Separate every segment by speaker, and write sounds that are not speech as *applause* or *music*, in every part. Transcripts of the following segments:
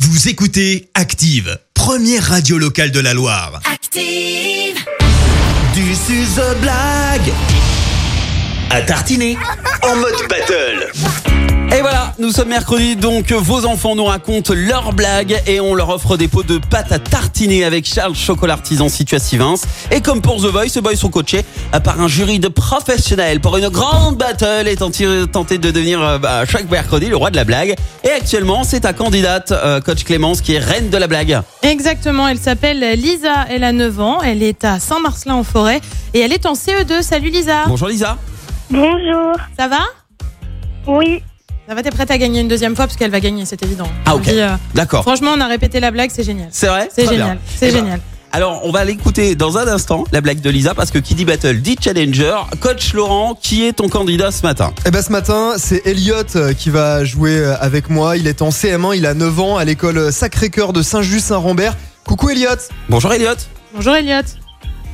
Speaker 1: Vous écoutez Active, première radio locale de la Loire.
Speaker 2: Active.
Speaker 3: Du suzo blague à tartiner en mode battle.
Speaker 4: Et voilà, nous sommes mercredi, donc vos enfants nous racontent leurs blagues et on leur offre des pots de pâte à tartiner avec Charles Chocolat Artisan situé à Sivins. Et comme pour The Voice, The Boys sont coachés par un jury de professionnels pour une grande battle et tenter, tenter de devenir euh, bah, chaque mercredi le roi de la blague. Et actuellement, c'est ta candidate, euh, coach Clémence, qui est reine de la blague.
Speaker 5: Exactement, elle s'appelle Lisa, elle a 9 ans, elle est à Saint-Marcelin-en-Forêt et elle est en CE2. Salut Lisa,
Speaker 4: Bonjour Lisa.
Speaker 6: Bonjour.
Speaker 5: ça va
Speaker 6: Oui,
Speaker 5: Ça va, t'es prête à gagner une deuxième fois parce qu'elle va gagner, c'est évident.
Speaker 4: Ah,
Speaker 5: Je
Speaker 4: ok.
Speaker 5: le dis, euh,
Speaker 4: D'accord.
Speaker 5: franchement, on a répété la blague, c'est génial.
Speaker 4: C'est vrai
Speaker 5: C'est
Speaker 4: Très bien.
Speaker 5: génial, c'est
Speaker 4: Eh ben,
Speaker 5: génial.
Speaker 4: Alors, on va l'écouter dans un instant, la blague de Lisa, parce que qui dit battle dit challenger. Coach Laurent, qui est ton candidat ce matin
Speaker 7: Eh ben ce matin, c'est Elliot euh, qui va jouer euh, avec moi. Il est en CM1, il a 9 ans à l'école euh, Sacré-Cœur de Saint-Just-Saint-Rambert. Coucou Elliot
Speaker 4: Bonjour Elliot.
Speaker 5: Bonjour Elliot.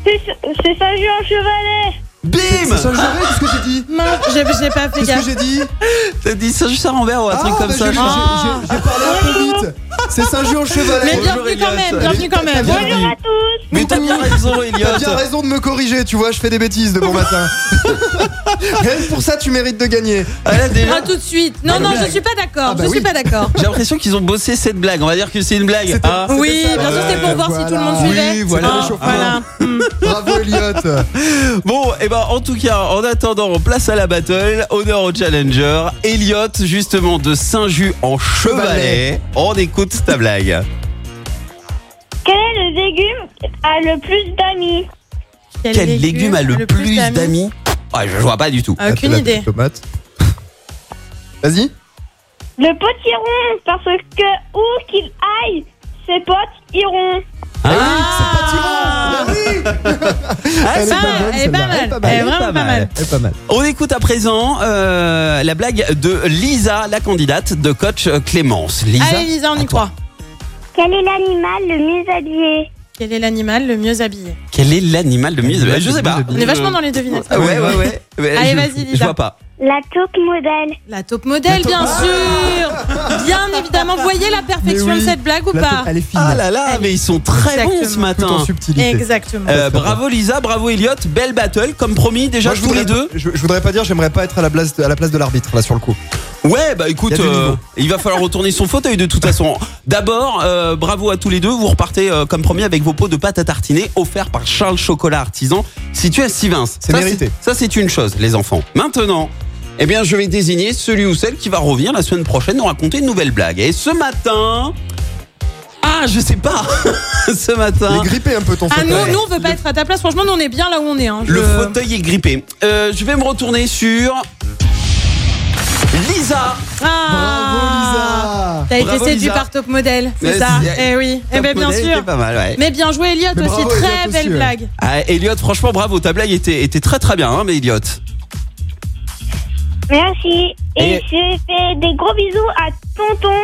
Speaker 6: c'est c'est ça, Jean Chevalet.
Speaker 4: Bim
Speaker 7: C'est ça le jury, qu'est-ce que j'ai dit
Speaker 5: Mince, j'ai j'ai pas fait
Speaker 7: Qu'est-ce que
Speaker 5: gaffe.
Speaker 7: j'ai dit
Speaker 4: T'as dit ça juste à renvers ou un truc
Speaker 7: Ah,
Speaker 4: comme
Speaker 7: bah,
Speaker 4: ça
Speaker 7: j'ai-
Speaker 4: je
Speaker 7: j'ai-
Speaker 4: crois.
Speaker 5: crois.
Speaker 7: j'ai- j'ai parlé un peu vite. C'est
Speaker 5: Mais
Speaker 7: Saint-Just-Chevalet.
Speaker 4: Bonjour,
Speaker 5: bienvenue quand
Speaker 4: Elliot.
Speaker 5: même, bienvenue quand même.
Speaker 7: Bonjour.
Speaker 6: Bonjour à tous.
Speaker 4: Mais t'as bien raison
Speaker 7: T'as bien
Speaker 4: Elliot.
Speaker 7: raison de me corriger, tu vois, je fais des bêtises
Speaker 5: *laughs*
Speaker 7: de bon matin. Rien que pour ça, tu mérites de gagner.
Speaker 4: Ah, là, déjà,
Speaker 5: Ah tout de suite. Non,
Speaker 7: Bonne
Speaker 5: non, je
Speaker 7: blague.
Speaker 5: suis pas d'accord,
Speaker 7: Ah bah
Speaker 5: je suis
Speaker 7: oui.
Speaker 4: *laughs*
Speaker 5: pas d'accord.
Speaker 4: J'ai l'impression qu'ils ont bossé cette blague. On va dire que c'est une blague.
Speaker 7: C'était-
Speaker 4: hein.
Speaker 5: Oui,
Speaker 7: ça,
Speaker 5: bien sûr,
Speaker 7: ouais,
Speaker 5: c'était pour voir si tout le monde
Speaker 7: voilà.
Speaker 5: suivait.
Speaker 7: Oui, voilà,
Speaker 5: Ah,
Speaker 7: réchauffement.
Speaker 5: voilà. Hmm.
Speaker 7: Bravo Elliot.
Speaker 4: Bon, et ben en tout cas, en attendant, on place à la battle. Honneur au challenger. Elliot, justement de Saint-Just en Chevalet. On écoute ta blague.
Speaker 6: Quel est le légume qui a le plus d'amis
Speaker 4: Quel légume a le plus d'amis Ah, Je vois pas du tout.
Speaker 5: Ah, Aucune
Speaker 7: La
Speaker 5: idée.
Speaker 7: Tomate. Vas-y.
Speaker 6: Le potiron, parce que où qu'il aille, ses potes iront.
Speaker 5: Ah,
Speaker 4: Ah,
Speaker 7: Elle est
Speaker 5: ça,
Speaker 7: pas bonne,
Speaker 5: elle est pas
Speaker 7: celle-là.
Speaker 5: mal.
Speaker 7: Elle est pas
Speaker 5: Elle est
Speaker 7: mal.
Speaker 5: vraiment pas mal.
Speaker 7: Elle est pas mal.
Speaker 4: On écoute à présent euh, la blague de Lisa, la candidate de coach Clémence. Lisa,
Speaker 5: Allez Lisa, on y croit.
Speaker 6: Quel est l'animal le mieux habillé
Speaker 5: Quel est l'animal le mieux habillé
Speaker 4: quel est l'animal le mieux
Speaker 7: L'animal
Speaker 4: Je
Speaker 7: le
Speaker 4: sais
Speaker 7: mieux
Speaker 4: pas.
Speaker 7: habillé.
Speaker 5: On est vachement dans les devinettes.
Speaker 4: Ah ouais, ouais, ouais. Ouais,
Speaker 5: Allez,
Speaker 4: je-
Speaker 5: vas-y, Lisa.
Speaker 4: Je vois pas.
Speaker 6: La taupe modèle.
Speaker 5: La taupe modèle, bien sûr Bien évidemment, voyez la perfection
Speaker 7: Ah Mais oui.
Speaker 5: de cette blague ou
Speaker 7: La
Speaker 5: pas
Speaker 7: tomate, Elle est fine.
Speaker 4: Ah là là, mais ils sont très bons ce
Speaker 5: Exactement.
Speaker 7: Tout
Speaker 4: matin.
Speaker 7: en subtilité.
Speaker 5: Exactement.
Speaker 4: Euh, bravo Lisa, bravo Elliot, belle battle comme promis déjà
Speaker 7: Moi, je
Speaker 4: tous
Speaker 7: voudrais,
Speaker 4: les deux.
Speaker 7: Je, je voudrais pas dire, j'aimerais pas être à la place de, à la place de l'arbitre là sur le coup.
Speaker 4: Ouais bah écoute,
Speaker 7: Il y a du
Speaker 4: euh,
Speaker 7: niveau.
Speaker 4: il va falloir retourner son fauteuil de toute façon. D'abord, euh, bravo à tous les deux, vous repartez euh, comme promis avec vos pots de pâte à tartiner offerts par Charles Chocolat Artisan situé à Sivins.
Speaker 7: C'est
Speaker 4: Ça,
Speaker 7: mérité.
Speaker 4: Ça c'est une chose les enfants. Maintenant, eh bien je vais désigner celui ou celle qui va revenir la semaine prochaine nous raconter une nouvelle blague. Et ce matin... Ah je sais pas *laughs* Ce matin...
Speaker 7: Il est grippé un peu ton
Speaker 5: Ah
Speaker 7: fauteuil.
Speaker 5: nous, nous, on veut pas être à ta place. Franchement, nous, on est bien là où on est. hein.
Speaker 4: Le
Speaker 5: Je-
Speaker 4: fauteuil est grippé. Euh, je vais me retourner sur Lisa.
Speaker 5: Ah
Speaker 7: Bravo Lisa.
Speaker 5: T'as été
Speaker 4: Bravo,
Speaker 5: séduit
Speaker 4: Lisa.
Speaker 5: par top modèle,
Speaker 4: Mais
Speaker 5: c'est ça
Speaker 4: c'est-
Speaker 5: Eh oui, eh bien
Speaker 4: Top
Speaker 5: bien
Speaker 4: modèle,
Speaker 5: sûr
Speaker 4: c'est pas mal, ouais.
Speaker 5: Mais bien joué Elliot
Speaker 7: Mais
Speaker 5: aussi,
Speaker 7: bravo,
Speaker 5: très
Speaker 7: Elliot aussi,
Speaker 5: belle
Speaker 7: ouais.
Speaker 5: blague
Speaker 4: Ah, Elliot, franchement, bravo. Ta blague était, était très très bien, hein, mais Elliot.
Speaker 6: Merci. Et,
Speaker 4: Et-
Speaker 6: je fais des gros bisous à Tonton,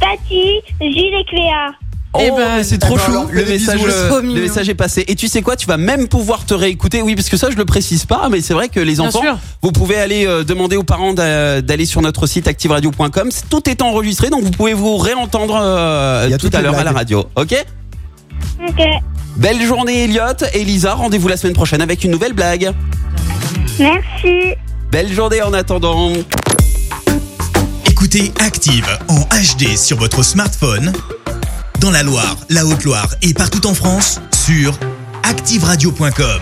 Speaker 6: Tati, Gilles et Cléa.
Speaker 5: Eh
Speaker 4: Oh,
Speaker 5: ben,
Speaker 4: mais c'est trop
Speaker 7: d'accord,
Speaker 4: chou.
Speaker 7: alors,
Speaker 4: Le
Speaker 7: fais des
Speaker 4: message,
Speaker 7: bisous,
Speaker 4: euh,
Speaker 5: trop
Speaker 4: le
Speaker 5: mignon.
Speaker 4: message est passé. Et tu sais quoi Tu vas même pouvoir te réécouter. Oui, parce que ça, je le précise pas, mais c'est vrai que les
Speaker 5: Bien
Speaker 4: enfants,
Speaker 5: sûr.
Speaker 4: vous pouvez aller euh, demander aux parents d'a- d'aller sur notre site activeradio.com. C'est- Tout est enregistré, donc vous pouvez vous réentendre euh,
Speaker 7: Il y a
Speaker 4: tout
Speaker 7: toutes
Speaker 4: à
Speaker 7: les
Speaker 4: l'heure à la
Speaker 7: blagues.
Speaker 4: radio. Ok
Speaker 6: Ok.
Speaker 4: Belle journée, Elliot et Lisa. Rendez-vous la semaine prochaine avec une nouvelle blague.
Speaker 6: Merci.
Speaker 4: Belle journée en attendant.
Speaker 1: Écoutez Active en HD sur votre smartphone, dans la Loire, la Haute-Loire et partout en France, sur activeradio.com.